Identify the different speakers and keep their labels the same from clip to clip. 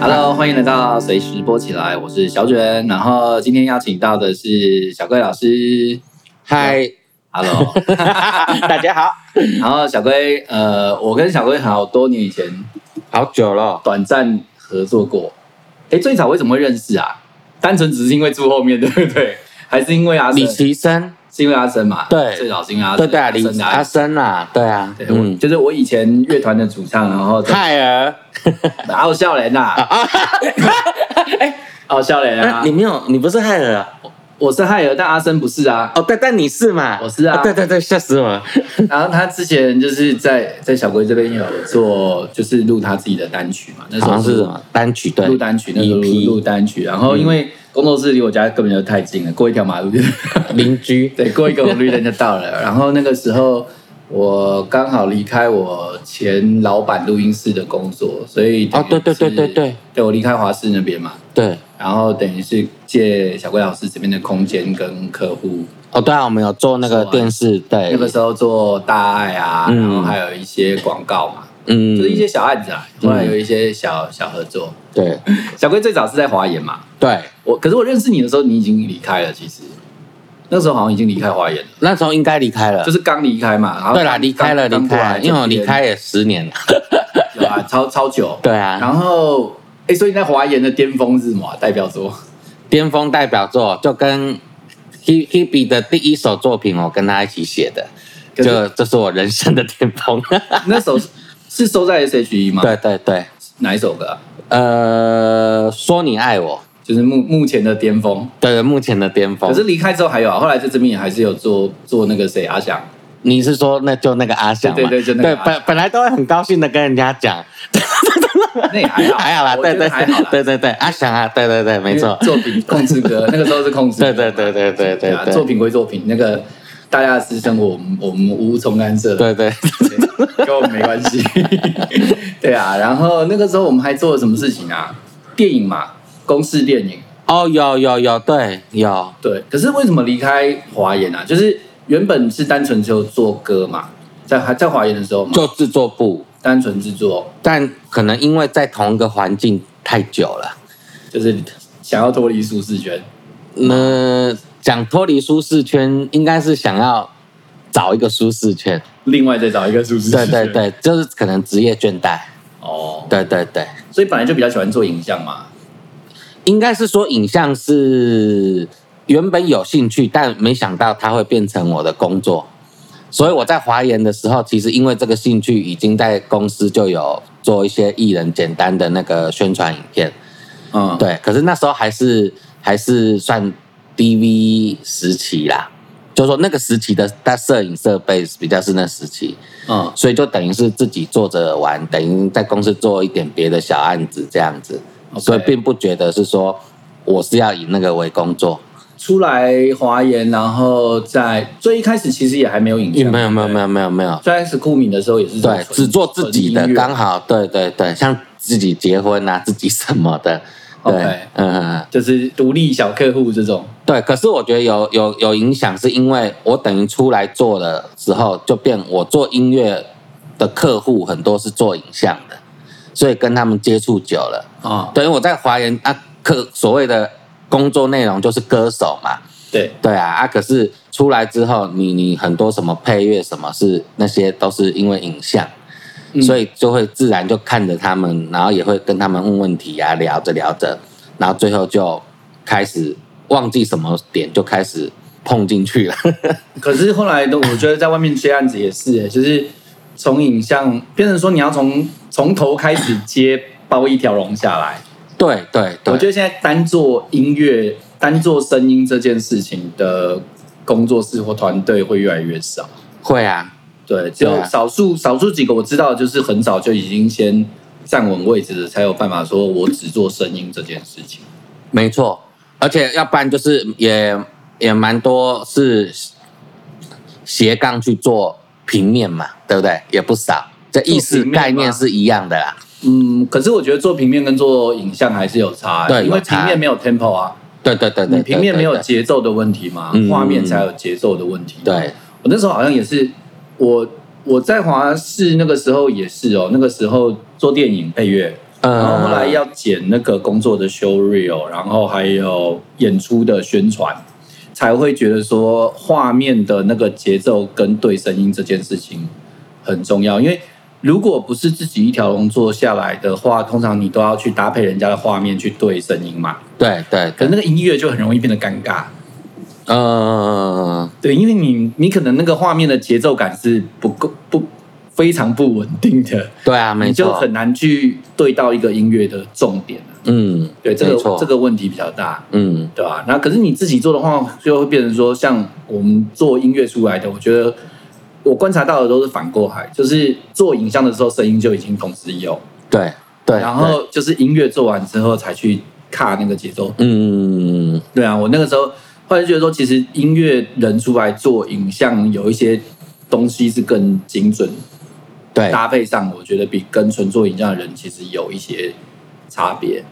Speaker 1: Hello，欢迎来到随时播起来，我是小卷。然后今天邀请到的是小龟老师。
Speaker 2: 嗨，
Speaker 1: Hello，
Speaker 2: 大家好，
Speaker 1: 然后小龟，呃，我跟小龟好多年以前
Speaker 2: 好久了，
Speaker 1: 短暂合作过。哎，最早为什么会认识啊？单纯只是因为住后面，对不对？ 还是因为阿
Speaker 2: 李
Speaker 1: 生？
Speaker 2: 奇生，
Speaker 1: 是因为阿生嘛？
Speaker 2: 对
Speaker 1: 最早是因为阿生。
Speaker 2: 对对啊，
Speaker 1: 阿生
Speaker 2: 李
Speaker 1: 的
Speaker 2: 阿
Speaker 1: 阿
Speaker 2: 生啊，对啊，
Speaker 1: 对，我
Speaker 2: 嗯，
Speaker 1: 就是我以前乐团的主唱，然后
Speaker 2: 泰
Speaker 1: 啊
Speaker 2: 尔，
Speaker 1: 然后笑脸 呐，哦笑脸啊
Speaker 2: 啊，你，没有，你不是泰尔啊
Speaker 1: 我是害尔，但阿生不是啊。
Speaker 2: 哦，对，但你是嘛？哦
Speaker 1: 我是啊
Speaker 2: 对对对，吓死我了，
Speaker 1: 然后他之前就是在在小龟这边有做，就是录他自己的单曲嘛，那时
Speaker 2: 好
Speaker 1: 候
Speaker 2: 像是什么单曲对，E 嗯
Speaker 1: 录单曲，那时候录录
Speaker 2: ，EP
Speaker 1: 单曲。然后因为工作室离我家根本就太近了，过一条马 路就
Speaker 2: 邻居，
Speaker 1: 对，过一个红绿灯就到了。然后那个时候我刚好离开我前老板录音室的工作，所以等于
Speaker 2: 哦对对对
Speaker 1: 是
Speaker 2: 对对，
Speaker 1: 对我离开华视那边嘛，
Speaker 2: 对，
Speaker 1: 然后等于是借小龟老师这边的空间跟客户
Speaker 2: 哦对啊，我们有做那个
Speaker 1: 做啊
Speaker 2: 电视，对，
Speaker 1: 那个时候做大爱啊，
Speaker 2: 嗯
Speaker 1: 然后还有一些广告嘛，
Speaker 2: 嗯
Speaker 1: 就是一些小案子啊。后来有一些小小合作。
Speaker 2: 对
Speaker 1: 小龟最早是在华研嘛，
Speaker 2: 对，
Speaker 1: 我可是我认识你的时候，你已经离开了，其实那时候好像已经离开华研了，
Speaker 2: 那时候应该离开了
Speaker 1: 就。是刚离开嘛。然后
Speaker 2: 对啦，
Speaker 1: 刚
Speaker 2: 离开了，
Speaker 1: 刚刚
Speaker 2: 离
Speaker 1: 过
Speaker 2: 开
Speaker 1: 来
Speaker 2: 了，
Speaker 1: 这边
Speaker 2: 因为我离开也十年了。
Speaker 1: 有啊，超超久。
Speaker 2: 对啊，
Speaker 1: 然后哎，所以在华研的巅峰是什么啊代表作？
Speaker 2: 巅峰代表作就跟 He Hebe 的第一首作品，我跟他一起写的，
Speaker 1: 可是
Speaker 2: 就这是我人生的 巅峰。
Speaker 1: 那首是是收在 SHE 吗？，
Speaker 2: 对对对，
Speaker 1: 哪一首歌啊？
Speaker 2: 呃，说你爱我，
Speaker 1: 就是目目前的巅峰。
Speaker 2: 对，目前的巅峰。
Speaker 1: 可是离开之后还有啊，后来在这边也还是有做做那个谁阿 翔。
Speaker 2: 你是说那就那个阿翔嘛？
Speaker 1: 对对对就那个阿翔
Speaker 2: 本本来都会很高兴的跟人家讲，
Speaker 1: 那也 还好，
Speaker 2: 还好啦，
Speaker 1: 我
Speaker 2: 对
Speaker 1: 觉
Speaker 2: 对
Speaker 1: 得还好啦，
Speaker 2: 对对对，阿翔啊，对对对，没错
Speaker 1: 因为，作品控制 歌，那个时候是控制歌嘛，
Speaker 2: 对对对对对
Speaker 1: 对
Speaker 2: 对
Speaker 1: 啊，
Speaker 2: 对，
Speaker 1: 作品归作品，那个大家的私生活，我们我们无从干涉，
Speaker 2: 对 对，
Speaker 1: 对，跟我们没关系， 对啊。然后那个时候我们还做了什么事情啊？电影嘛，公式电影，
Speaker 2: 哦，有有有，对有，
Speaker 1: 对。可是为什么离开华研啊？就是原本是单纯只有做歌嘛，在还在华研的时候嘛，
Speaker 2: 做制作部，
Speaker 1: 单纯制作，
Speaker 2: 但可能因为在同一个环境太久了，
Speaker 1: 就是想要脱离舒适圈，
Speaker 2: 那、想脱离舒适圈，应该是想要找一个舒适圈。
Speaker 1: 另外再找一个舒适
Speaker 2: 对
Speaker 1: 圈，
Speaker 2: 对，对，就是可能职业倦怠。
Speaker 1: 哦，
Speaker 2: 对对对，
Speaker 1: 所以本来就比较喜欢做影像嘛。
Speaker 2: 应该是说影像是原本有兴趣，但没想到它会变成我的工作。所以我在华研的时候，其实因为这个兴趣，已经在公司就有做一些艺人简单的那个宣传影片。
Speaker 1: 嗯，
Speaker 2: 对，可是那时候还是还是算 DV 时期啦，就是说那个时期的它摄影设备比较是那时期，
Speaker 1: 嗯，
Speaker 2: 所以就等于是自己做着玩，等于在公司做一点别的小案子这样子
Speaker 1: OK
Speaker 2: 所以并不觉得是说我是要以那个为工作，
Speaker 1: 出来华研，然后在最一开始其实也还没有影
Speaker 2: 没
Speaker 1: 像，
Speaker 2: 嗯有没有没有
Speaker 1: 对
Speaker 2: 没有没有没有，
Speaker 1: 最开始酷敏的时候也是
Speaker 2: 对，
Speaker 1: 纯
Speaker 2: 只做自己的
Speaker 1: 纯音，乐
Speaker 2: 刚好对对对，像自己结婚啊，自己什么的，对
Speaker 1: OK
Speaker 2: 嗯嗯。嗯
Speaker 1: 就是独立小客户这种。
Speaker 2: 对，可是我觉得有有有影响，是因为我等于出来做了之后，就变我做音乐的客户很多是做影像的，所以跟他们接触久了。
Speaker 1: 啊、
Speaker 2: 对，因为我在华研啊，客所谓的工作内容就是歌手嘛，
Speaker 1: 对，
Speaker 2: 对啊啊，可是出来之后，你你很多什么配乐什么是那些都是因为影像，
Speaker 1: 嗯
Speaker 2: 所以就会自然就看着他们，然后也会跟他们问问题啊，聊着聊着，然后最后就开始忘记什么点，就开始碰进去了。
Speaker 1: 可是后来的，我觉得在外面接案子也是， 就是从影像变成说你要从从头开始接包一条龙下来。
Speaker 2: 对对
Speaker 1: 我觉
Speaker 2: 对，
Speaker 1: 得现在单做音乐、单做声音这件事情的工作室或团队会越来越少。
Speaker 2: 会啊，
Speaker 1: 对，只
Speaker 2: 对
Speaker 1: 有
Speaker 2: 啊
Speaker 1: 少数、少数几个我知道，就是很早就已经先站稳位置了，才有办法说我只做声音这件事情。
Speaker 2: 没错，而且要不然就是也也蛮多是斜杠去做平面嘛，对不对？也不少，这意
Speaker 1: 做
Speaker 2: 识
Speaker 1: 平面
Speaker 2: 概念
Speaker 1: 吗
Speaker 2: 是一样的啦。
Speaker 1: 嗯，可是我觉得做平面跟做影像还是有差、啊
Speaker 2: 对
Speaker 1: 因为
Speaker 2: 有差
Speaker 1: 平面没有 tempo 啊，
Speaker 2: 对对对对，
Speaker 1: 你平面没有
Speaker 2: 对
Speaker 1: 节奏的问题嘛
Speaker 2: 嗯，
Speaker 1: 画面才有节奏的问题。
Speaker 2: 对，
Speaker 1: 我那时候好像也是，我我在华视那个时候也是哦，那个时候做电影配乐，
Speaker 2: 对嗯
Speaker 1: 然后后来要剪那个工作的 show reel，然后还有演出的宣传，才会觉得说画面的那个节奏跟对声音这件事情很重要，因为如果不是自己一条龙做下来的话，通常你都要去搭配人家的画面去对声音嘛，
Speaker 2: 对对
Speaker 1: 可
Speaker 2: 对，
Speaker 1: 能那个音乐就很容易变得尴尬。
Speaker 2: 嗯，
Speaker 1: 对，因为你你可能那个画面的节奏感是不够不非常不稳定的，
Speaker 2: 对啊，没
Speaker 1: 你就
Speaker 2: 错，
Speaker 1: 很难去对到一个音乐的重点啊
Speaker 2: 嗯，
Speaker 1: 对，这
Speaker 2: 没
Speaker 1: 个
Speaker 2: 错
Speaker 1: 这个问题比较大，
Speaker 2: 嗯，
Speaker 1: 对吧、那可是你自己做的话，就会变成说，像我们做音乐出来的，我觉得我观察到的都是反过来，就是做影像的时候，声音就已经同时有，
Speaker 2: 对对，
Speaker 1: 然
Speaker 2: 对
Speaker 1: 后就是音乐做完之后才去卡那个节奏。
Speaker 2: 嗯，
Speaker 1: 对啊，我那个时候后来就觉得说，其实音乐人出来做影像，有一些东西是更精准
Speaker 2: 对，
Speaker 1: 搭配上，我觉得比跟纯做影像的人其实有一些差别。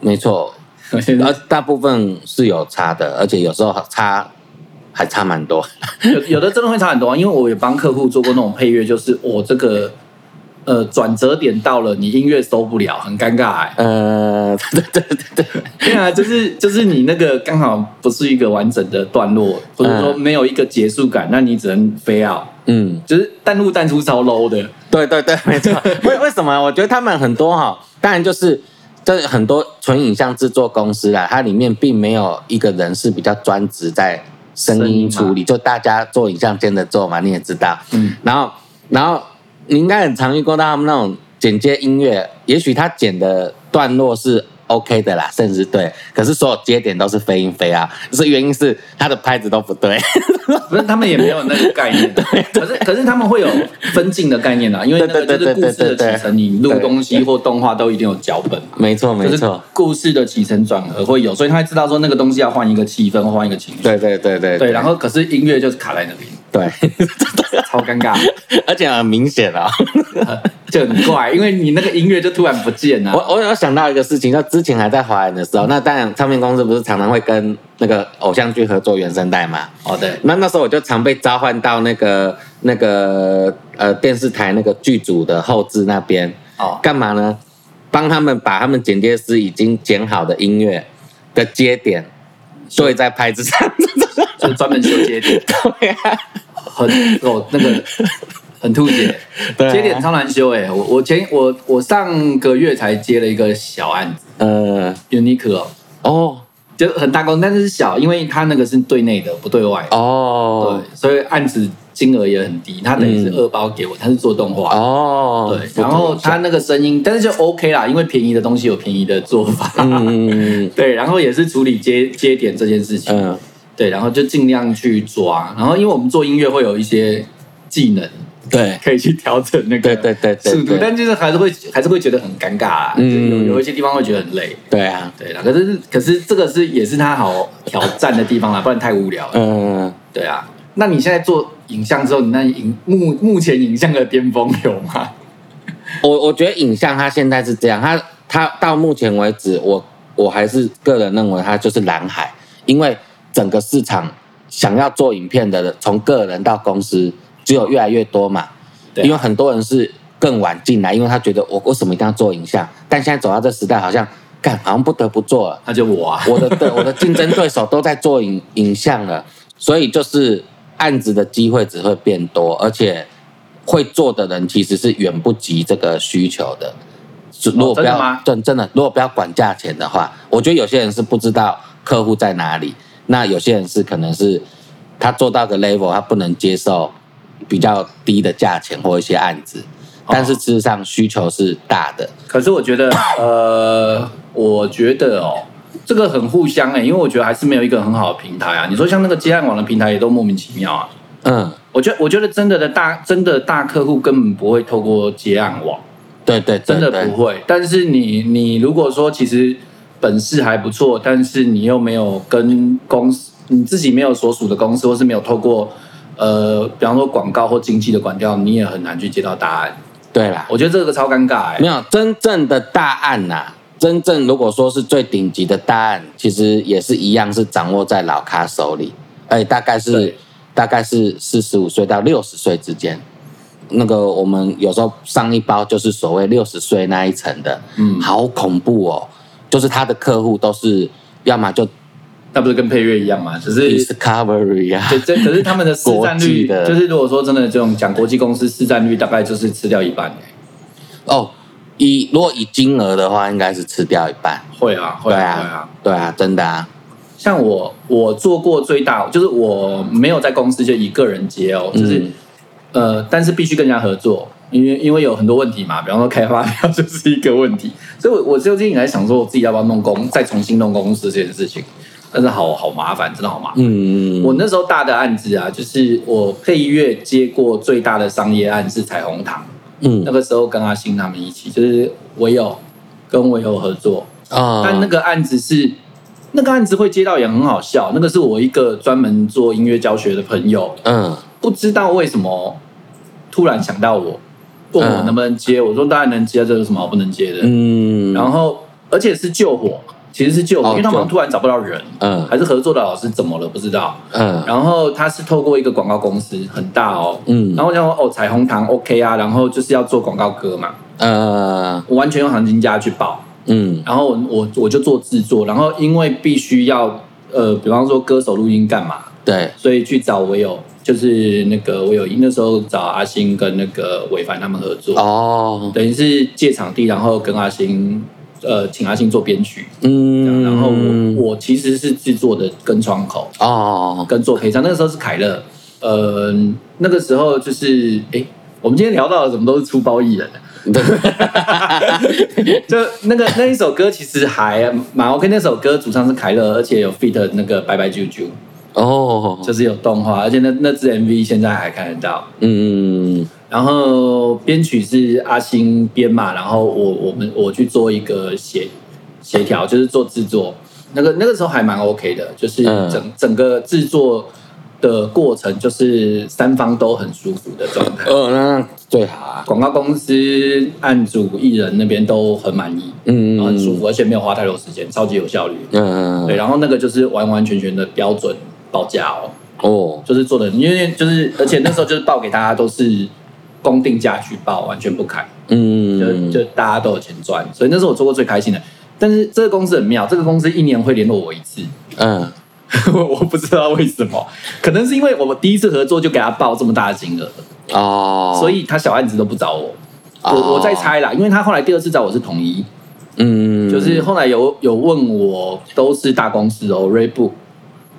Speaker 2: 没错，
Speaker 1: 我觉得
Speaker 2: 而呃大部分是有差的，而且有时候差还差蛮多。
Speaker 1: 有有的真的会差很多啊、因为我也帮客户做过那种配乐，就是我、这个呃转折点到了，你音乐收不了，很尴尬哎、
Speaker 2: 呃， 对对对对，
Speaker 1: 对啊，就是就是你那个刚好不是一个完整的段落，或者说没有一个结束感，那你只能飞 out，
Speaker 2: 嗯，
Speaker 1: 就是淡入淡出超 low 的。
Speaker 2: 对对对，没错。为为什么？我觉得他们很多哈，当然就是这很多纯影像制作公司啊啦，它里面并没有一个人是比较专职在声音处理，就大家做影像兼着做嘛，你也知道。
Speaker 1: 嗯，
Speaker 2: 然后，然后你应该很常遇过到他们那种剪接音乐，也许他剪的段落是 OK 的啦，甚至对，可是所有接点都是非音非啊，就是原因是他的拍子都不对。
Speaker 1: 不是他们也没有那个概 念，可是可是他们会有分镜的概念啊，因为那个就
Speaker 2: 对对
Speaker 1: 是
Speaker 2: 对
Speaker 1: 故事
Speaker 2: 对
Speaker 1: 的
Speaker 2: 对
Speaker 1: 起承，你录
Speaker 2: 对
Speaker 1: 东西或动画都一定有脚本嘛。
Speaker 2: 没错，没
Speaker 1: 就是
Speaker 2: 错，
Speaker 1: 故事的起承转合会有，所以他会知道说那个东西要换一个气氛，或换一个情绪。
Speaker 2: 对对对对
Speaker 1: 对，然后可是音乐就是卡在那边，
Speaker 2: 对，
Speaker 1: 超尴 尬，呃
Speaker 2: 而且很明显 啊、
Speaker 1: 就很怪，因为你那个音乐就突然不见了、
Speaker 2: 我我有想到一个事情，就之前还在华人的时候，那当然唱片公司不是常常会跟那个偶像剧合作原声带嘛？
Speaker 1: 哦，对，
Speaker 2: 那那时候我就常被召唤到那个那个呃电视台那个剧组的后置那边，
Speaker 1: 哦，
Speaker 2: 干嘛呢？帮他们把他们剪接师已经剪好的音乐的接点对在拍子上，
Speaker 1: 就专门修节点，
Speaker 2: 对啊，
Speaker 1: 很哦那 个很吐血，
Speaker 2: 对啊
Speaker 1: 节点超难修哎、我我前我我上个月才接了一个小案子
Speaker 2: 呃，
Speaker 1: ，Unique 哦，
Speaker 2: 哦
Speaker 1: 就很大工，但是是小，因为他那个是对内的，不对外，
Speaker 2: 哦
Speaker 1: 对，所以案子金额也很低，他等于是
Speaker 2: 嗯
Speaker 1: 二包给我，他是做动画。
Speaker 2: 哦，
Speaker 1: 对，然后他那个声音，但是就 OK 啦，因为便宜的东西有便宜的做法。
Speaker 2: 嗯嗯
Speaker 1: 对，然后也是处理接接点这件事情，
Speaker 2: 嗯
Speaker 1: 对，然后就尽量去抓。然后因为我们做音乐会有一些技能
Speaker 2: 对
Speaker 1: 可以去调整那个
Speaker 2: 对对对对
Speaker 1: 速度
Speaker 2: 对，
Speaker 1: 但就是还是会还是会觉得很尴尬啦，
Speaker 2: 嗯
Speaker 1: 就有有一些地方会觉得很累。
Speaker 2: 对啊，
Speaker 1: 对啦，可是可是这个是也是他好挑战的地方啦，不然太无聊了。
Speaker 2: 嗯。
Speaker 1: 对啊，那你现在做影像之后，你那影目目前影像的巅峰有吗？
Speaker 2: 我我觉得影像它现在是这样，它它到目前为止，我我还是个人认为它就是蓝海，因为整个市场想要做影片的人，从个人到公司，只有越来越多嘛。
Speaker 1: 对啊
Speaker 2: 因为很多人是更晚进来，因为他觉得我为什么一定要做影像？但现在走到这时代，好像干好像不得不做了。
Speaker 1: 那就我啊，
Speaker 2: 我的对我的竞争对手都在做影影像了，所以就是案子的机会只会变多，而且会做的人其实是远不及这个需求的。是如果不
Speaker 1: 哦真的
Speaker 2: 要
Speaker 1: 吗
Speaker 2: 真真的，如果不要管价钱的话，我觉得有些人是不知道客户在哪里，那有些人是可能是他做到个 level，他不能接受比较低的价钱或一些案子，
Speaker 1: 哦
Speaker 2: 但是事实上需求是大的。
Speaker 1: 可是我觉得，呃，我觉得哦，这个很互相哎、因为我觉得还是没有一个很好的平台啊。你说像那个接案网的平台也都莫名其妙啊。
Speaker 2: 嗯，
Speaker 1: 我觉得，我觉得真的的大真的大客户根本不会透过接案网，
Speaker 2: 对对对
Speaker 1: 真的
Speaker 2: 对
Speaker 1: 不会。但是你你如果说其实本事还不错，但是你又没有跟公司你自己没有所属的公司，或是没有透过呃，比方说广告或经济的管道，你也很难去接到答案。
Speaker 2: 对啦，
Speaker 1: 我觉得这个超尴尬哎、
Speaker 2: 没有真正的大案呐、真正如果说是最顶级的大案，其实也是一样是掌握在老咖手里，哎，大概是
Speaker 1: 对
Speaker 2: 大概是四十五岁到六十岁之间，那个我们有时候上一包就是所谓六十岁那一层的，
Speaker 1: 嗯
Speaker 2: 好恐怖哦！就是他的客户都是要么就
Speaker 1: 那不是跟配乐一样嘛？只是
Speaker 2: Discovery 啊，
Speaker 1: 对， 这可是他们的市占
Speaker 2: 国际
Speaker 1: 率，
Speaker 2: 的
Speaker 1: 就是如果说真的这种讲国际公司市占率，大概就是吃掉一半、欸。
Speaker 2: 哦，以如果以金额的话，应该是吃掉一半。
Speaker 1: 会啊，会
Speaker 2: 对
Speaker 1: 啊，会啊
Speaker 2: 啊。，对啊，真的啊，
Speaker 1: 像我，我做过最大，就是我没有在公司就一个人接哦，就是、
Speaker 2: 嗯
Speaker 1: 呃，但是必须跟人家合作，因为因为有很多问题嘛，比方说开发票就是一个问题，所以我我最近来想说，我自己要不要弄公，再重新弄公司这件事情，但是好好麻烦，真的好麻烦。
Speaker 2: 嗯，
Speaker 1: 我那时候大的案子啊，就是我配乐接过最大的商业案是彩虹糖，
Speaker 2: 嗯
Speaker 1: 那个时候跟阿信他们一起，就是我有跟我有合作，
Speaker 2: 啊，
Speaker 1: 但那个案子是那个案子会接到也很好笑，那个是我一个专门做音乐教学的朋友，
Speaker 2: 嗯
Speaker 1: 不知道为什么突然想到我，问我
Speaker 2: 嗯
Speaker 1: 能不能接，我说当然能接，这有什么好不能接的？
Speaker 2: 嗯，
Speaker 1: 然后而且是救火，其实是救火，
Speaker 2: 哦
Speaker 1: 因为他们好像
Speaker 2: 救
Speaker 1: 突然找不到人，
Speaker 2: 嗯
Speaker 1: 还是合作的老师怎么了不知道。
Speaker 2: 嗯
Speaker 1: 然后他是透过一个广告公司，很大哦。
Speaker 2: 嗯
Speaker 1: 然后我想说哦，彩虹糖 OK 啊，然后就是要做广告歌嘛，
Speaker 2: 呃
Speaker 1: 我完全用行情价去报，
Speaker 2: 嗯
Speaker 1: 然后我我我就做制作，然后因为必须要呃，比方说歌手录音干嘛，
Speaker 2: 对
Speaker 1: 所以去找我有就是那个我有那时候找阿星跟那个伟凡他们合作，
Speaker 2: 哦
Speaker 1: 等于是借场地，然后跟阿星呃请阿星做编曲，这样
Speaker 2: 嗯，
Speaker 1: 然后我我其实是制作的跟窗口，
Speaker 2: 哦
Speaker 1: 跟做配唱。那个时候是凯乐，呃，那个时候就是哎、诶我们今天聊到的怎么都是粗包艺人，啊就那个那一首歌其实还蛮 OK，那首歌主唱是凯乐，而且有 fit 那个白白啾啾，
Speaker 2: 哦
Speaker 1: 就是有动画，而且那那支 MV 现在还看得到。
Speaker 2: 嗯
Speaker 1: 然后编曲是阿星编嘛，然后我我们我去做一个协协调，就是做制作。那个那个时候还蛮 OK 的，就是
Speaker 2: 嗯
Speaker 1: 整、整个制作的过程就是三方都很舒服的状态。
Speaker 2: 呃那最好啊，
Speaker 1: 广告公司、案主、艺人那边都很满意，
Speaker 2: 嗯
Speaker 1: 然后很舒服，而且没有花太多时间，超级有效率。
Speaker 2: 嗯
Speaker 1: 对，然后那个就是完完全全的标准报价哦，
Speaker 2: 哦
Speaker 1: 就是做的，因为就是而且那时候就是报给大家都是公定价去报，完全不砍。就
Speaker 2: 嗯
Speaker 1: 就大家都有钱赚，所以那是我做过最开心的。但是这个公司很妙，这个公司一年会联络我一次，
Speaker 2: 嗯
Speaker 1: 我我不知道为什么，可能是因为我们第一次合作就给他报这么大的金额，
Speaker 2: 哦，
Speaker 1: 所以他小案子都不找我。
Speaker 2: 哦
Speaker 1: 我我在猜啦，因为他后来第二次找我是统一，
Speaker 2: 嗯
Speaker 1: 就是后来有有问我都是大公司哦，锐步，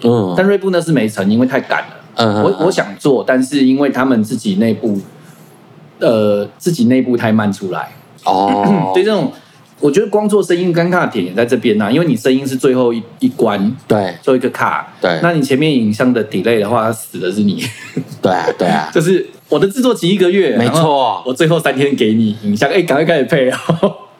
Speaker 2: 嗯
Speaker 1: 但锐步那是没成，因为太赶了。
Speaker 2: 嗯
Speaker 1: 我我想做，但是因为他们自己内部，呃，自己内部太慢出来，
Speaker 2: 哦
Speaker 1: 对这种，我觉得光做声音尴尬的点也在这边呐、因为你声音是最后一一关，
Speaker 2: 对
Speaker 1: 最后一个卡。
Speaker 2: 对
Speaker 1: 那你前面影像的 delay 的话，死的是你。
Speaker 2: 对啊对啊，
Speaker 1: 就是我的制作期一个月，
Speaker 2: 没错
Speaker 1: 然后我最后三天给你影像，哎，赶快开始配哦。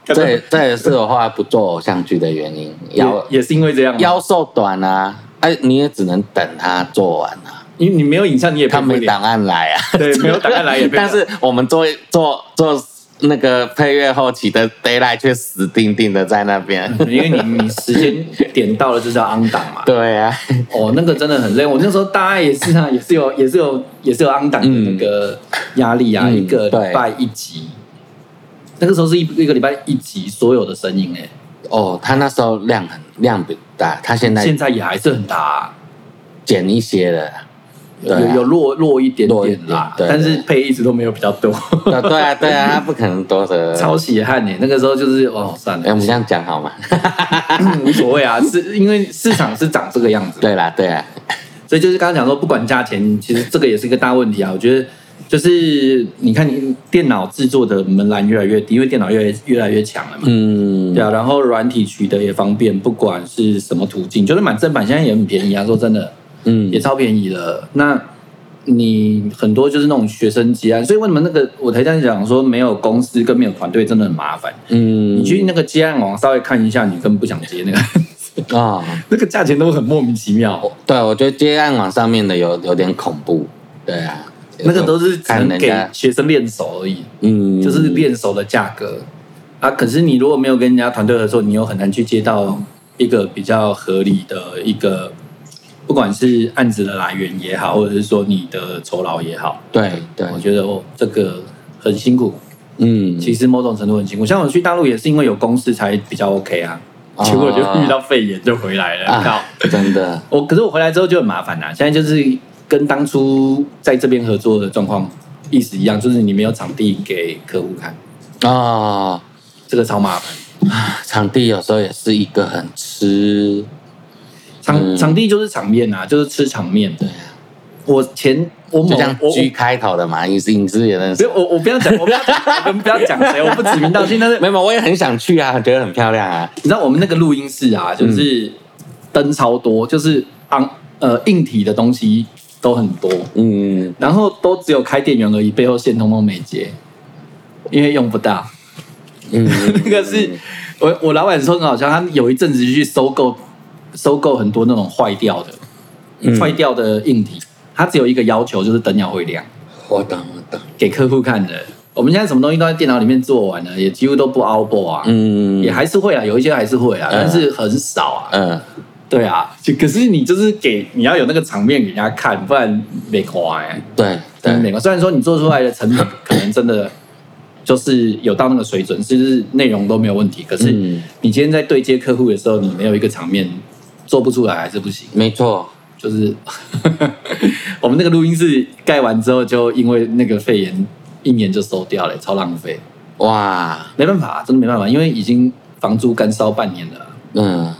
Speaker 2: 这这也是我后来不做偶像剧的原因，腰
Speaker 1: 也也是因为这样吗，
Speaker 2: 腰瘦短啊，哎，你也只能等他做完啊，
Speaker 1: 你你没有影像你也配
Speaker 2: 他
Speaker 1: 不
Speaker 2: 没
Speaker 1: 了，
Speaker 2: 档案来啊，
Speaker 1: 对，没有档案来也配不了。
Speaker 2: 但是我们做做做那个配乐后期的 d a y l i g h t 却死定定的在那 边，
Speaker 1: 因为你你时间点到了就是要 on 档嘛，
Speaker 2: 对啊，
Speaker 1: 哦，那个真的很累。我那时候大概也是啊，也是 有，也是有，也是有 on 档的那个压力啊，
Speaker 2: 嗯
Speaker 1: 一个礼拜一集。那个时候是一一个礼拜一集所有的声音哎、
Speaker 2: 哦，他那时候量很量比较大，他现在
Speaker 1: 现在也还是很大、啊，
Speaker 2: 减一些了，
Speaker 1: 有
Speaker 2: 对啊
Speaker 1: 有落落一点
Speaker 2: 落一
Speaker 1: 点
Speaker 2: 点
Speaker 1: 啦，
Speaker 2: 对
Speaker 1: 但是配一直都没有比较多，
Speaker 2: 对对啊对啊，他不可能多的，
Speaker 1: 超血汗哎、那个时候就是哦算
Speaker 2: 哎，我
Speaker 1: 了，
Speaker 2: 们这样讲 好吗？哎
Speaker 1: 无所谓啊，是因为市场是长这个样子，
Speaker 2: 对啦对啊，
Speaker 1: 所以就是刚刚讲说，不管价钱，其实这个也是一个大问题啊。我觉得就是你看，你电脑制作的门槛越来越低，因为电脑越来越来越强了嘛。
Speaker 2: 嗯
Speaker 1: 对，啊，然后软体取得也方便，不管是什么途径，就是满正版现在也很便宜啊。说真的，
Speaker 2: 嗯
Speaker 1: 也超便宜了。那你很多就是那种学生级案，所以为什么那个我才这样讲说没有公司跟没有团队真的很麻烦。
Speaker 2: 嗯
Speaker 1: 你去那个接案网稍微看一下，你根本不想接那个，
Speaker 2: 啊。
Speaker 1: 那个价钱都很莫名其妙。
Speaker 2: 对，啊我觉得接案网上面的有有点恐怖，对啊，
Speaker 1: 那个都是只
Speaker 2: 看
Speaker 1: 能
Speaker 2: 人
Speaker 1: 给
Speaker 2: 家，
Speaker 1: 学生练手而已，
Speaker 2: 嗯，
Speaker 1: 就是练手的价格啊。可是你如果没有跟人家团队合作，你又很难去接到一个比较合理的一个不管是案子的来源也好，或者是说你的酬劳也好，
Speaker 2: 对对，
Speaker 1: 我觉得哦，这个很辛苦，
Speaker 2: 嗯，
Speaker 1: 其实某种程度很辛苦。像我去大陆也是因为有公司才比较 OK 啊，结果就遇到肺炎就回来了。
Speaker 2: 啊
Speaker 1: 靠！
Speaker 2: 真的，
Speaker 1: 我可是我回来之后就很麻烦啦、啊现在就是跟当初在这边合作的状况意思一样，就是你没有场地给客户看，
Speaker 2: 哦，
Speaker 1: 这个超麻烦。
Speaker 2: 场地有时候也是一个很吃，
Speaker 1: 场场地就是场面啊，就是吃场面。
Speaker 2: 嗯对，
Speaker 1: 我前我某
Speaker 2: 就像
Speaker 1: 我我
Speaker 2: G 开头的嘛，影视影视也认
Speaker 1: 不
Speaker 2: 识。
Speaker 1: 要我我不要讲，我不要 讲，我们不要讲谁，我不指名道姓。但是
Speaker 2: 没有，我也很想去啊，觉得很漂亮啊。
Speaker 1: 你知道我们那个录音室啊，
Speaker 2: 嗯
Speaker 1: 就是灯超多，就是昂呃硬体的东西都很多，
Speaker 2: 嗯，
Speaker 1: 然后都只有开电源而已，背后线通通没接，因为用不到。
Speaker 2: 嗯，
Speaker 1: 那个是我我老板说很好笑，他有一阵子就去收购收购很多那种坏掉的
Speaker 2: 嗯
Speaker 1: 坏掉的硬体，他只有一个要求就是灯要会亮，
Speaker 2: 我懂我懂。
Speaker 1: 给客户看的。我们现在什么东西都在电脑里面做完了，也几乎都不 outboard 啊，
Speaker 2: 嗯，
Speaker 1: 也还是会啊，有一些还是会啊，
Speaker 2: 嗯
Speaker 1: 但是很少啊。
Speaker 2: 嗯，
Speaker 1: 对啊，就可是你就是给你要有那个场面给人家看，不然没垮哎、
Speaker 2: 对
Speaker 1: 真的没
Speaker 2: 对，
Speaker 1: 垮。虽然说你做出来的成 品可能真的就是有到那个水准，就是内容都没有问题，可是
Speaker 2: 嗯
Speaker 1: 你今天在对接客户的时候，你没有一个场面做不出来还是不行。
Speaker 2: 没错。
Speaker 1: 就是我们那个录音室盖完之后，就因为那个肺炎，一年就收掉了、超浪费。
Speaker 2: 哇，
Speaker 1: 没办法、啊真的没办法，因为已经房租干烧半年了。
Speaker 2: 嗯，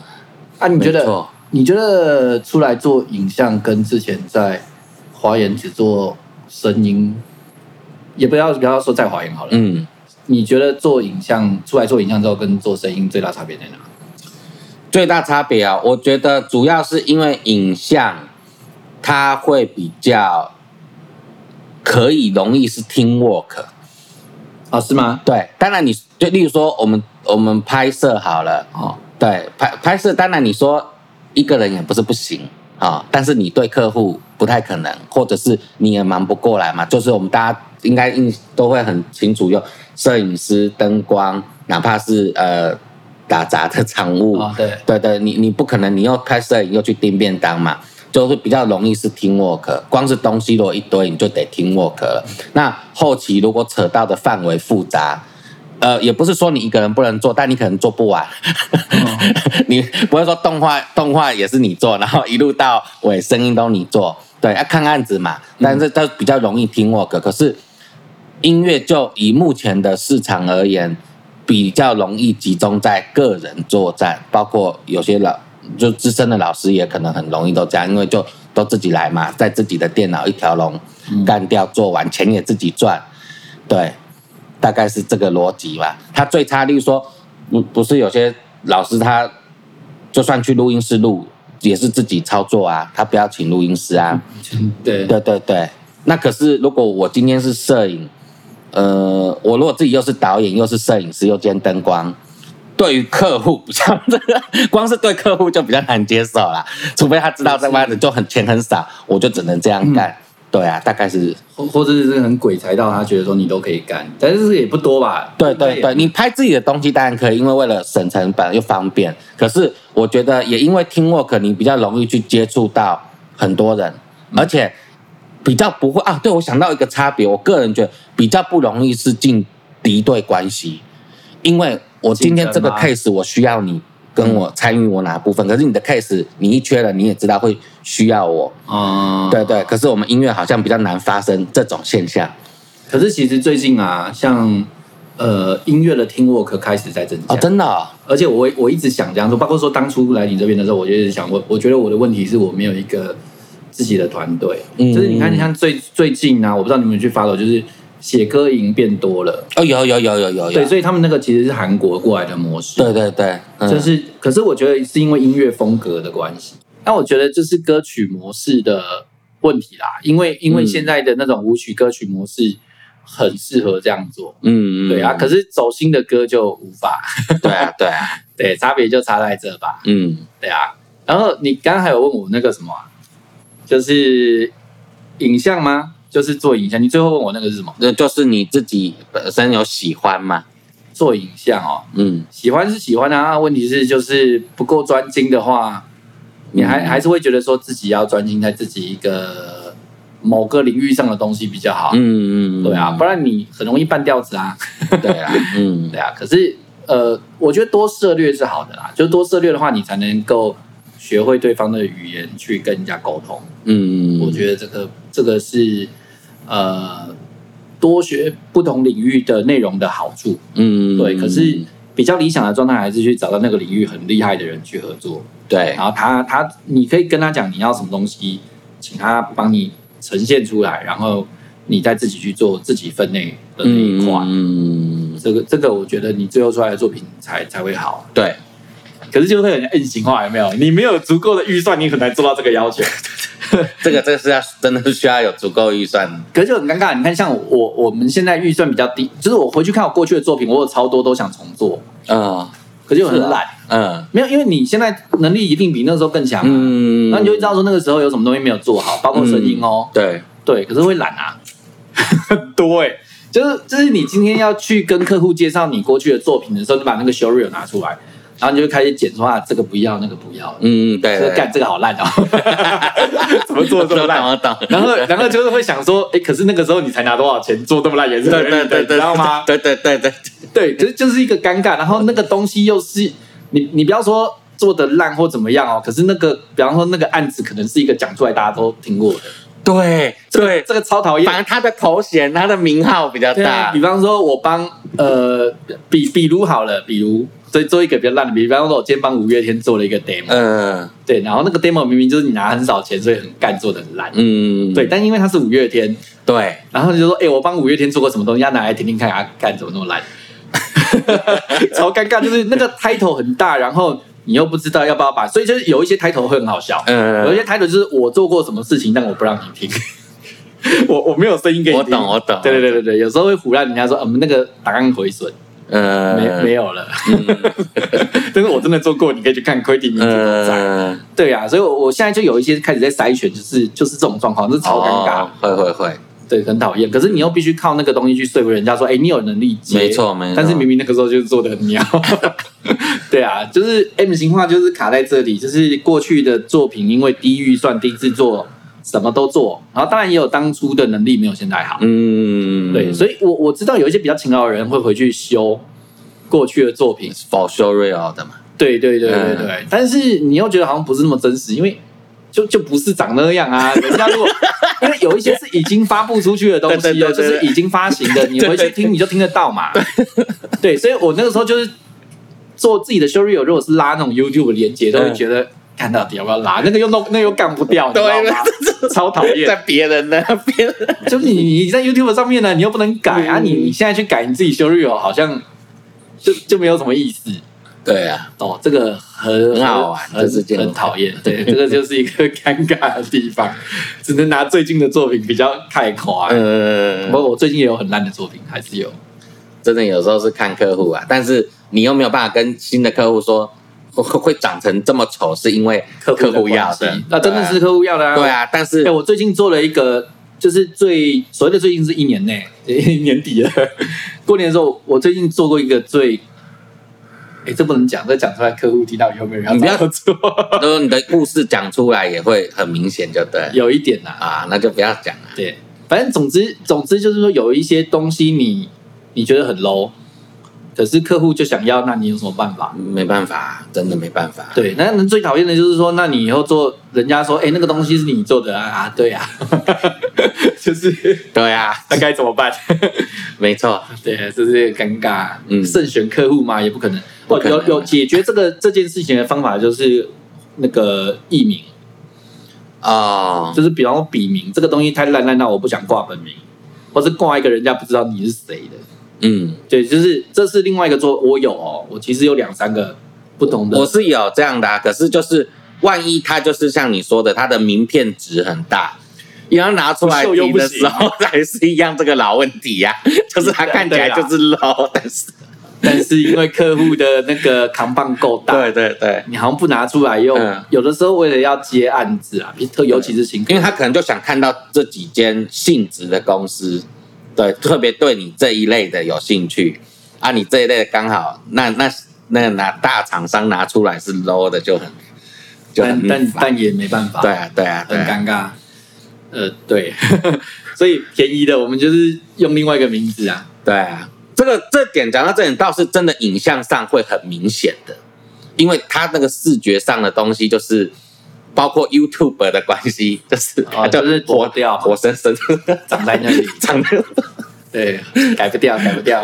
Speaker 1: 啊，你觉
Speaker 2: 没
Speaker 1: 得
Speaker 2: 错？
Speaker 1: 你觉得出来做影像跟之前在华研只做声音，也不要不要说在华研好了，
Speaker 2: 嗯，
Speaker 1: 你觉得做影像出来做影像之后跟做声音最大差别在哪？
Speaker 2: 最大差别啊，我觉得主要是因为影像，它会比较可以容易是 team work。
Speaker 1: 啊，是吗？
Speaker 2: 对，当然你就例如说我们我们拍摄好了，
Speaker 1: 哦，
Speaker 2: 对，拍拍摄当然你说一个人也不是不行啊、但是你对客户不太可能，或者是你也忙不过来嘛。就是我们大家应该应都会很清楚，有摄影师、灯光，哪怕是呃打杂的场务，
Speaker 1: 哦，对，
Speaker 2: 对对，你你不可能，你又拍摄影又去订便当嘛，就是比较容易是 team work。光是东西如果一堆，你就得 team work 了。那后期如果扯到的范围复杂，呃，也不是说你一个人不能做，但你可能做不完。 你不会说动画动画也是你做，然后一路到尾声音都你做，对，要、看案子嘛。但是都比较容易 team work，可是音乐就以目前的市场而言，比较容易集中在个人作战，包括有些老就资深的老师也可能很容易都这样，因为就都自己来嘛，在自己的电脑一条龙干掉做完，钱也自己赚，对，大概是这个逻辑吧。他最差，例如说，不不是有些老师他就算去录音室录，也是自己操作啊，他不要请录音师啊。
Speaker 1: 对，
Speaker 2: 对对对，那可是如果我今天是摄影，呃，我如果自己又是导演，又是摄影师，又兼灯光，对于客户比较， 光是对客户就比较难接受啦。除非他知道这班子就很钱很少，我就只能这样干。对啊，大概是
Speaker 1: 或或者是很鬼才到他觉得说你都可以干，但是也不多吧？
Speaker 2: 对对
Speaker 1: 应该
Speaker 2: 对，
Speaker 1: 也，
Speaker 2: 你拍自己的东西当然可以，因为为了省成本又方便。可是我觉得也因为 teamwork，你比较容易去接触到很多人，而且比较不会啊。对，我想到一个差别，我个人觉得比较不容易是进敌对关系，因为我今天这
Speaker 1: 竞
Speaker 2: 个
Speaker 1: 争吗
Speaker 2: case 我需要你跟我参与我哪部分，可是你的 case 你一缺了，你也知道会需要我。
Speaker 1: 哦，
Speaker 2: 对对，可是我们音乐好像比较难发生这种现象
Speaker 1: 可是其实最近啊，像呃音乐的听 work 开始在增加，
Speaker 2: 哦，真的哦，
Speaker 1: 而且我我一直想这样做，包括说当初来你这边的时候，我就一直想，我我觉得我的问题是我没有一个自己的团队，
Speaker 2: 嗯
Speaker 1: 就是你看像最最近啊，我不知道你们有没有去 follow，就是写歌营变多了，
Speaker 2: 哦有有有有有有，
Speaker 1: 对，所以他们那个其实是韩国过来的模式，
Speaker 2: 对对对，嗯、
Speaker 1: 就是，可是我觉得是因为音乐风格的关系。那我觉得这是歌曲模式的问题啦，因为因为
Speaker 2: 嗯
Speaker 1: 现在的那种舞曲歌曲模式很适合这样做，
Speaker 2: 嗯，嗯
Speaker 1: 对啊。可是走心的歌就无法，
Speaker 2: 对啊对啊，
Speaker 1: 对，差别就差在这吧，
Speaker 2: 嗯，
Speaker 1: 对啊。然后你刚刚还有问我那个什么啊、就是影像吗？就是做影像，你最后问我那个是什么？
Speaker 2: 那就是你自己本身有喜欢嘛，
Speaker 1: 做影像哦，
Speaker 2: 嗯，
Speaker 1: 喜欢是喜欢啊，问题是就是不够专精的话，你还
Speaker 2: 嗯
Speaker 1: 还是会觉得说自己要专心在自己一个某个领域上的东西比较好，
Speaker 2: 嗯嗯，嗯
Speaker 1: 对啊，不，然你很容易半吊子啊，
Speaker 2: 对啊，嗯
Speaker 1: 对啊。可是呃，我觉得多涉略是好的啦，就多涉略的话，你才能够学会对方的语言去跟人家沟通。
Speaker 2: 嗯，
Speaker 1: 我觉得这个这个是呃多学不同领域的内容的好处，
Speaker 2: 嗯，嗯
Speaker 1: 对。可是比较理想的状态还是去找到那个领域很厉害的人去合作，
Speaker 2: 对
Speaker 1: 然，后他他你可以跟他讲你要什么东西，请他帮你呈现出来，然后你再自己去做自己分内的那一块。
Speaker 2: 嗯，
Speaker 1: 这个这个，我觉得你最后出来的作品才才会好。
Speaker 2: 对，
Speaker 1: 可是就会很 N 型化，有没有？你没有足够的预算，你很难做到这个要求。
Speaker 2: 这个这个是要真的是需要有足够预算，
Speaker 1: 可是就很尴尬，你看，像我我们现在预算比较低，就是我回去看我过去的作品，我有超多都想重做，
Speaker 2: 嗯
Speaker 1: 可是又啊很懒。
Speaker 2: 嗯
Speaker 1: 没有，因为你现在能力一定比那时候更强、啊，
Speaker 2: 嗯，
Speaker 1: 那、你就会知道说那个时候有什么东西没有做好，包括声音哦，
Speaker 2: 对，
Speaker 1: 对，可是会懒啊， 很多哎、就是就是你今天要去跟客户介绍你过去的作品的时候，你把那个 show reel 拿出来，然后你就会开始剪说啊，这个不要，那个不要，
Speaker 2: 嗯对，
Speaker 1: 这
Speaker 2: 对
Speaker 1: 干这个好烂哦，哎 怎么做得这么烂？
Speaker 2: 我懂，
Speaker 1: 然后然后就是会想说，哎、可是那个时候你才拿多少钱做这么烂也是
Speaker 2: 对对对
Speaker 1: 你知
Speaker 2: 对，
Speaker 1: 道 吗？
Speaker 2: 对对对对，
Speaker 1: 对，就是就是一个尴尬，然后那个东西又是你你不要说。做的烂或怎么样哦，可是那个，比方说那个案子，可能是一个讲出来大家都听过的，
Speaker 2: 对对，
Speaker 1: 这个超讨厌。
Speaker 2: 反正他的头衔、他的名号比较
Speaker 1: 对啊，
Speaker 2: 大
Speaker 1: 比，方说我帮呃，比比如好了，比如所以做一个比较烂的，比方说我今天帮五月天做了一个 demo，、
Speaker 2: 嗯
Speaker 1: 对，然后那个 demo 明明就是你拿很少钱，所以很干，做的很烂，
Speaker 2: 嗯，
Speaker 1: 对，但因为他是五月天，
Speaker 2: 对，
Speaker 1: 然后你就说，哎、我帮五月天做过什么东西，要拿来听听看，啊，干怎么那么烂， 超尴尬，就是那个 title 很大，然后你又不知道要不要把，所以就是有一些 title 会很好笑，有一
Speaker 2: 嗯，
Speaker 1: 些 title 就是我做过什么事情，但我不让你听。 我我没有声音给你
Speaker 2: 我
Speaker 1: 听，
Speaker 2: 懂我懂，
Speaker 1: 对对对对对，有时候会胡乱人家说，嗯，那个档案毁损
Speaker 2: 嗯，
Speaker 1: 没没有了， 但是我真的做过，你可以去看亏定名字都在。
Speaker 2: 嗯，
Speaker 1: 对啊，所以我我现在就有一些开始在筛选，就是就是这种状况，这超尴尬
Speaker 2: 哦，，会会会，
Speaker 1: 对，很讨厌。可是你又必须靠那个东西去说服人家说，哎，你有能力接，
Speaker 2: 没错没错，
Speaker 1: 但是明明那个时候就是做的很鸟。 对啊，就是 M 型化就是卡在这里，就是过去的作品因为低预算、低制作，什么都做，然后当然也有当初的能力没有现在好。
Speaker 2: 嗯，
Speaker 1: 对，所以我我知道有一些比较勤劳的人会回去修过去的作品，
Speaker 2: for s u r e real 的嘛，
Speaker 1: 对对对对
Speaker 2: 嗯
Speaker 1: 对，但是你又觉得好像不是那么真实，因为就就不是长那样啊。 人家如果因为有一些是已经发布出去的东西
Speaker 2: 对
Speaker 1: 哦，
Speaker 2: 对对
Speaker 1: 就
Speaker 2: 对
Speaker 1: 是已经发行的，你回去 听你就听得到嘛。 对，所以我那个时候就是做自己的 show reel，如果是拉那种 YouTube 的连接，都会
Speaker 2: 嗯
Speaker 1: 觉得。看到底要不要拉？那个又弄，那个又干不掉，你知道
Speaker 2: 对
Speaker 1: 吗？超讨厌。
Speaker 2: 在别人那边，
Speaker 1: 就是你你在 YouTube 上面呢，你又不能改啊，
Speaker 2: 嗯
Speaker 1: 你你现在去改你自己修 r e 好像就就没有什么意思
Speaker 2: 对啊，
Speaker 1: 哦。这个很
Speaker 2: 很好玩
Speaker 1: 很
Speaker 2: 这是件
Speaker 1: 很讨厌，对， 这个就是一个尴尬的地方，只能拿最近的作品比较开夸。
Speaker 2: 嗯
Speaker 1: 不，过我最近也有很烂的作品，还是有。
Speaker 2: 真的有时候是看客户啊，但是你又没有办法跟新的客户说 会会会长成这么丑，是因为客户要
Speaker 1: 的关
Speaker 2: 的
Speaker 1: 系，那真的是客户要的啊。
Speaker 2: 对。啊，但 是
Speaker 1: 哎，我最近做了一个，就是最所谓的最近是一年内， 年底了，过年的时候，我最近做过一个最，哎，这不能讲，这讲出来客户听到以后没有人要
Speaker 2: 你不要
Speaker 1: 找我 做，
Speaker 2: 都你的故事讲出来也会很明显，就对
Speaker 1: 有一点呐、
Speaker 2: 啊，那就不要讲了。
Speaker 1: 对，反正总之总之就是说，有一些东西你你觉得很 low，可是客户就想要，那你有什么办法？
Speaker 2: 没办法，真的没办法。
Speaker 1: 对，那那最讨厌的就是说，那你以后做，人家说，哎，那个东西是你做的啊，啊对啊， 就是
Speaker 2: 对啊，
Speaker 1: 那该怎么办？
Speaker 2: 没错，
Speaker 1: 对，这是尴尬。
Speaker 2: 嗯
Speaker 1: 慎选客户嘛，也不可能。
Speaker 2: 不
Speaker 1: 哦，
Speaker 2: 可能
Speaker 1: 有有解决这个这件事情的方法就是那个艺名，
Speaker 2: 哦，
Speaker 1: 就是比方说笔名这个东西太烂烂到我不想挂本名，或是挂一个人家不知道你是谁的。
Speaker 2: 嗯，
Speaker 1: 对，就是这是另外一个做，我有哦，我其实有两三个不同
Speaker 2: 我
Speaker 1: 的。
Speaker 2: 是有这样的、啊，可是就是万一他就是像你说的，他的名片值很大。你要拿出来
Speaker 1: 不秀又
Speaker 2: 提
Speaker 1: 不
Speaker 2: 的
Speaker 1: 行
Speaker 2: 时候， 还是一样这个老问题呀、就是他看起来
Speaker 1: 对啊
Speaker 2: 就是 low，但是
Speaker 1: 但是因为客户的那个扛棒够大，
Speaker 2: 对对对，
Speaker 1: 你好像不拿出来用，
Speaker 2: 嗯
Speaker 1: 有的时候为了要接案子啊，比特尤其是新客户
Speaker 2: 因为他可能就想看到这几间性质的公司，对，特别对你这一类的有兴趣啊，你这一类的刚好，那那那拿大厂商拿出来是 low 的就很就
Speaker 1: 但
Speaker 2: 很
Speaker 1: 但
Speaker 2: 烦
Speaker 1: 但也没办法，
Speaker 2: 对啊，对啊，对
Speaker 1: 很
Speaker 2: 啊，
Speaker 1: 尴尬。呃，对， 所以便宜的我们就是用另外一个名字啊，
Speaker 2: 对啊，这个这点讲到这点，倒是真的影像上会很明显的，因为它那个视觉上的东西就是。包括 YouTube 的关系， 就是
Speaker 1: 哦
Speaker 2: 它
Speaker 1: 就是
Speaker 2: 活
Speaker 1: 脱掉
Speaker 2: 活生生的
Speaker 1: 长在那 里
Speaker 2: 长在
Speaker 1: 对，改不掉，改不掉。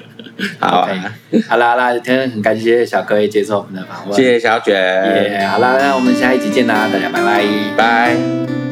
Speaker 2: 好
Speaker 1: OK，
Speaker 2: 啊，
Speaker 1: 好啦好啦，今天很感谢小柯也接受我们的访问，
Speaker 2: 谢谢小卷，
Speaker 1: 耶好啦，那我们下一集见啦，大家拜拜。
Speaker 2: 拜。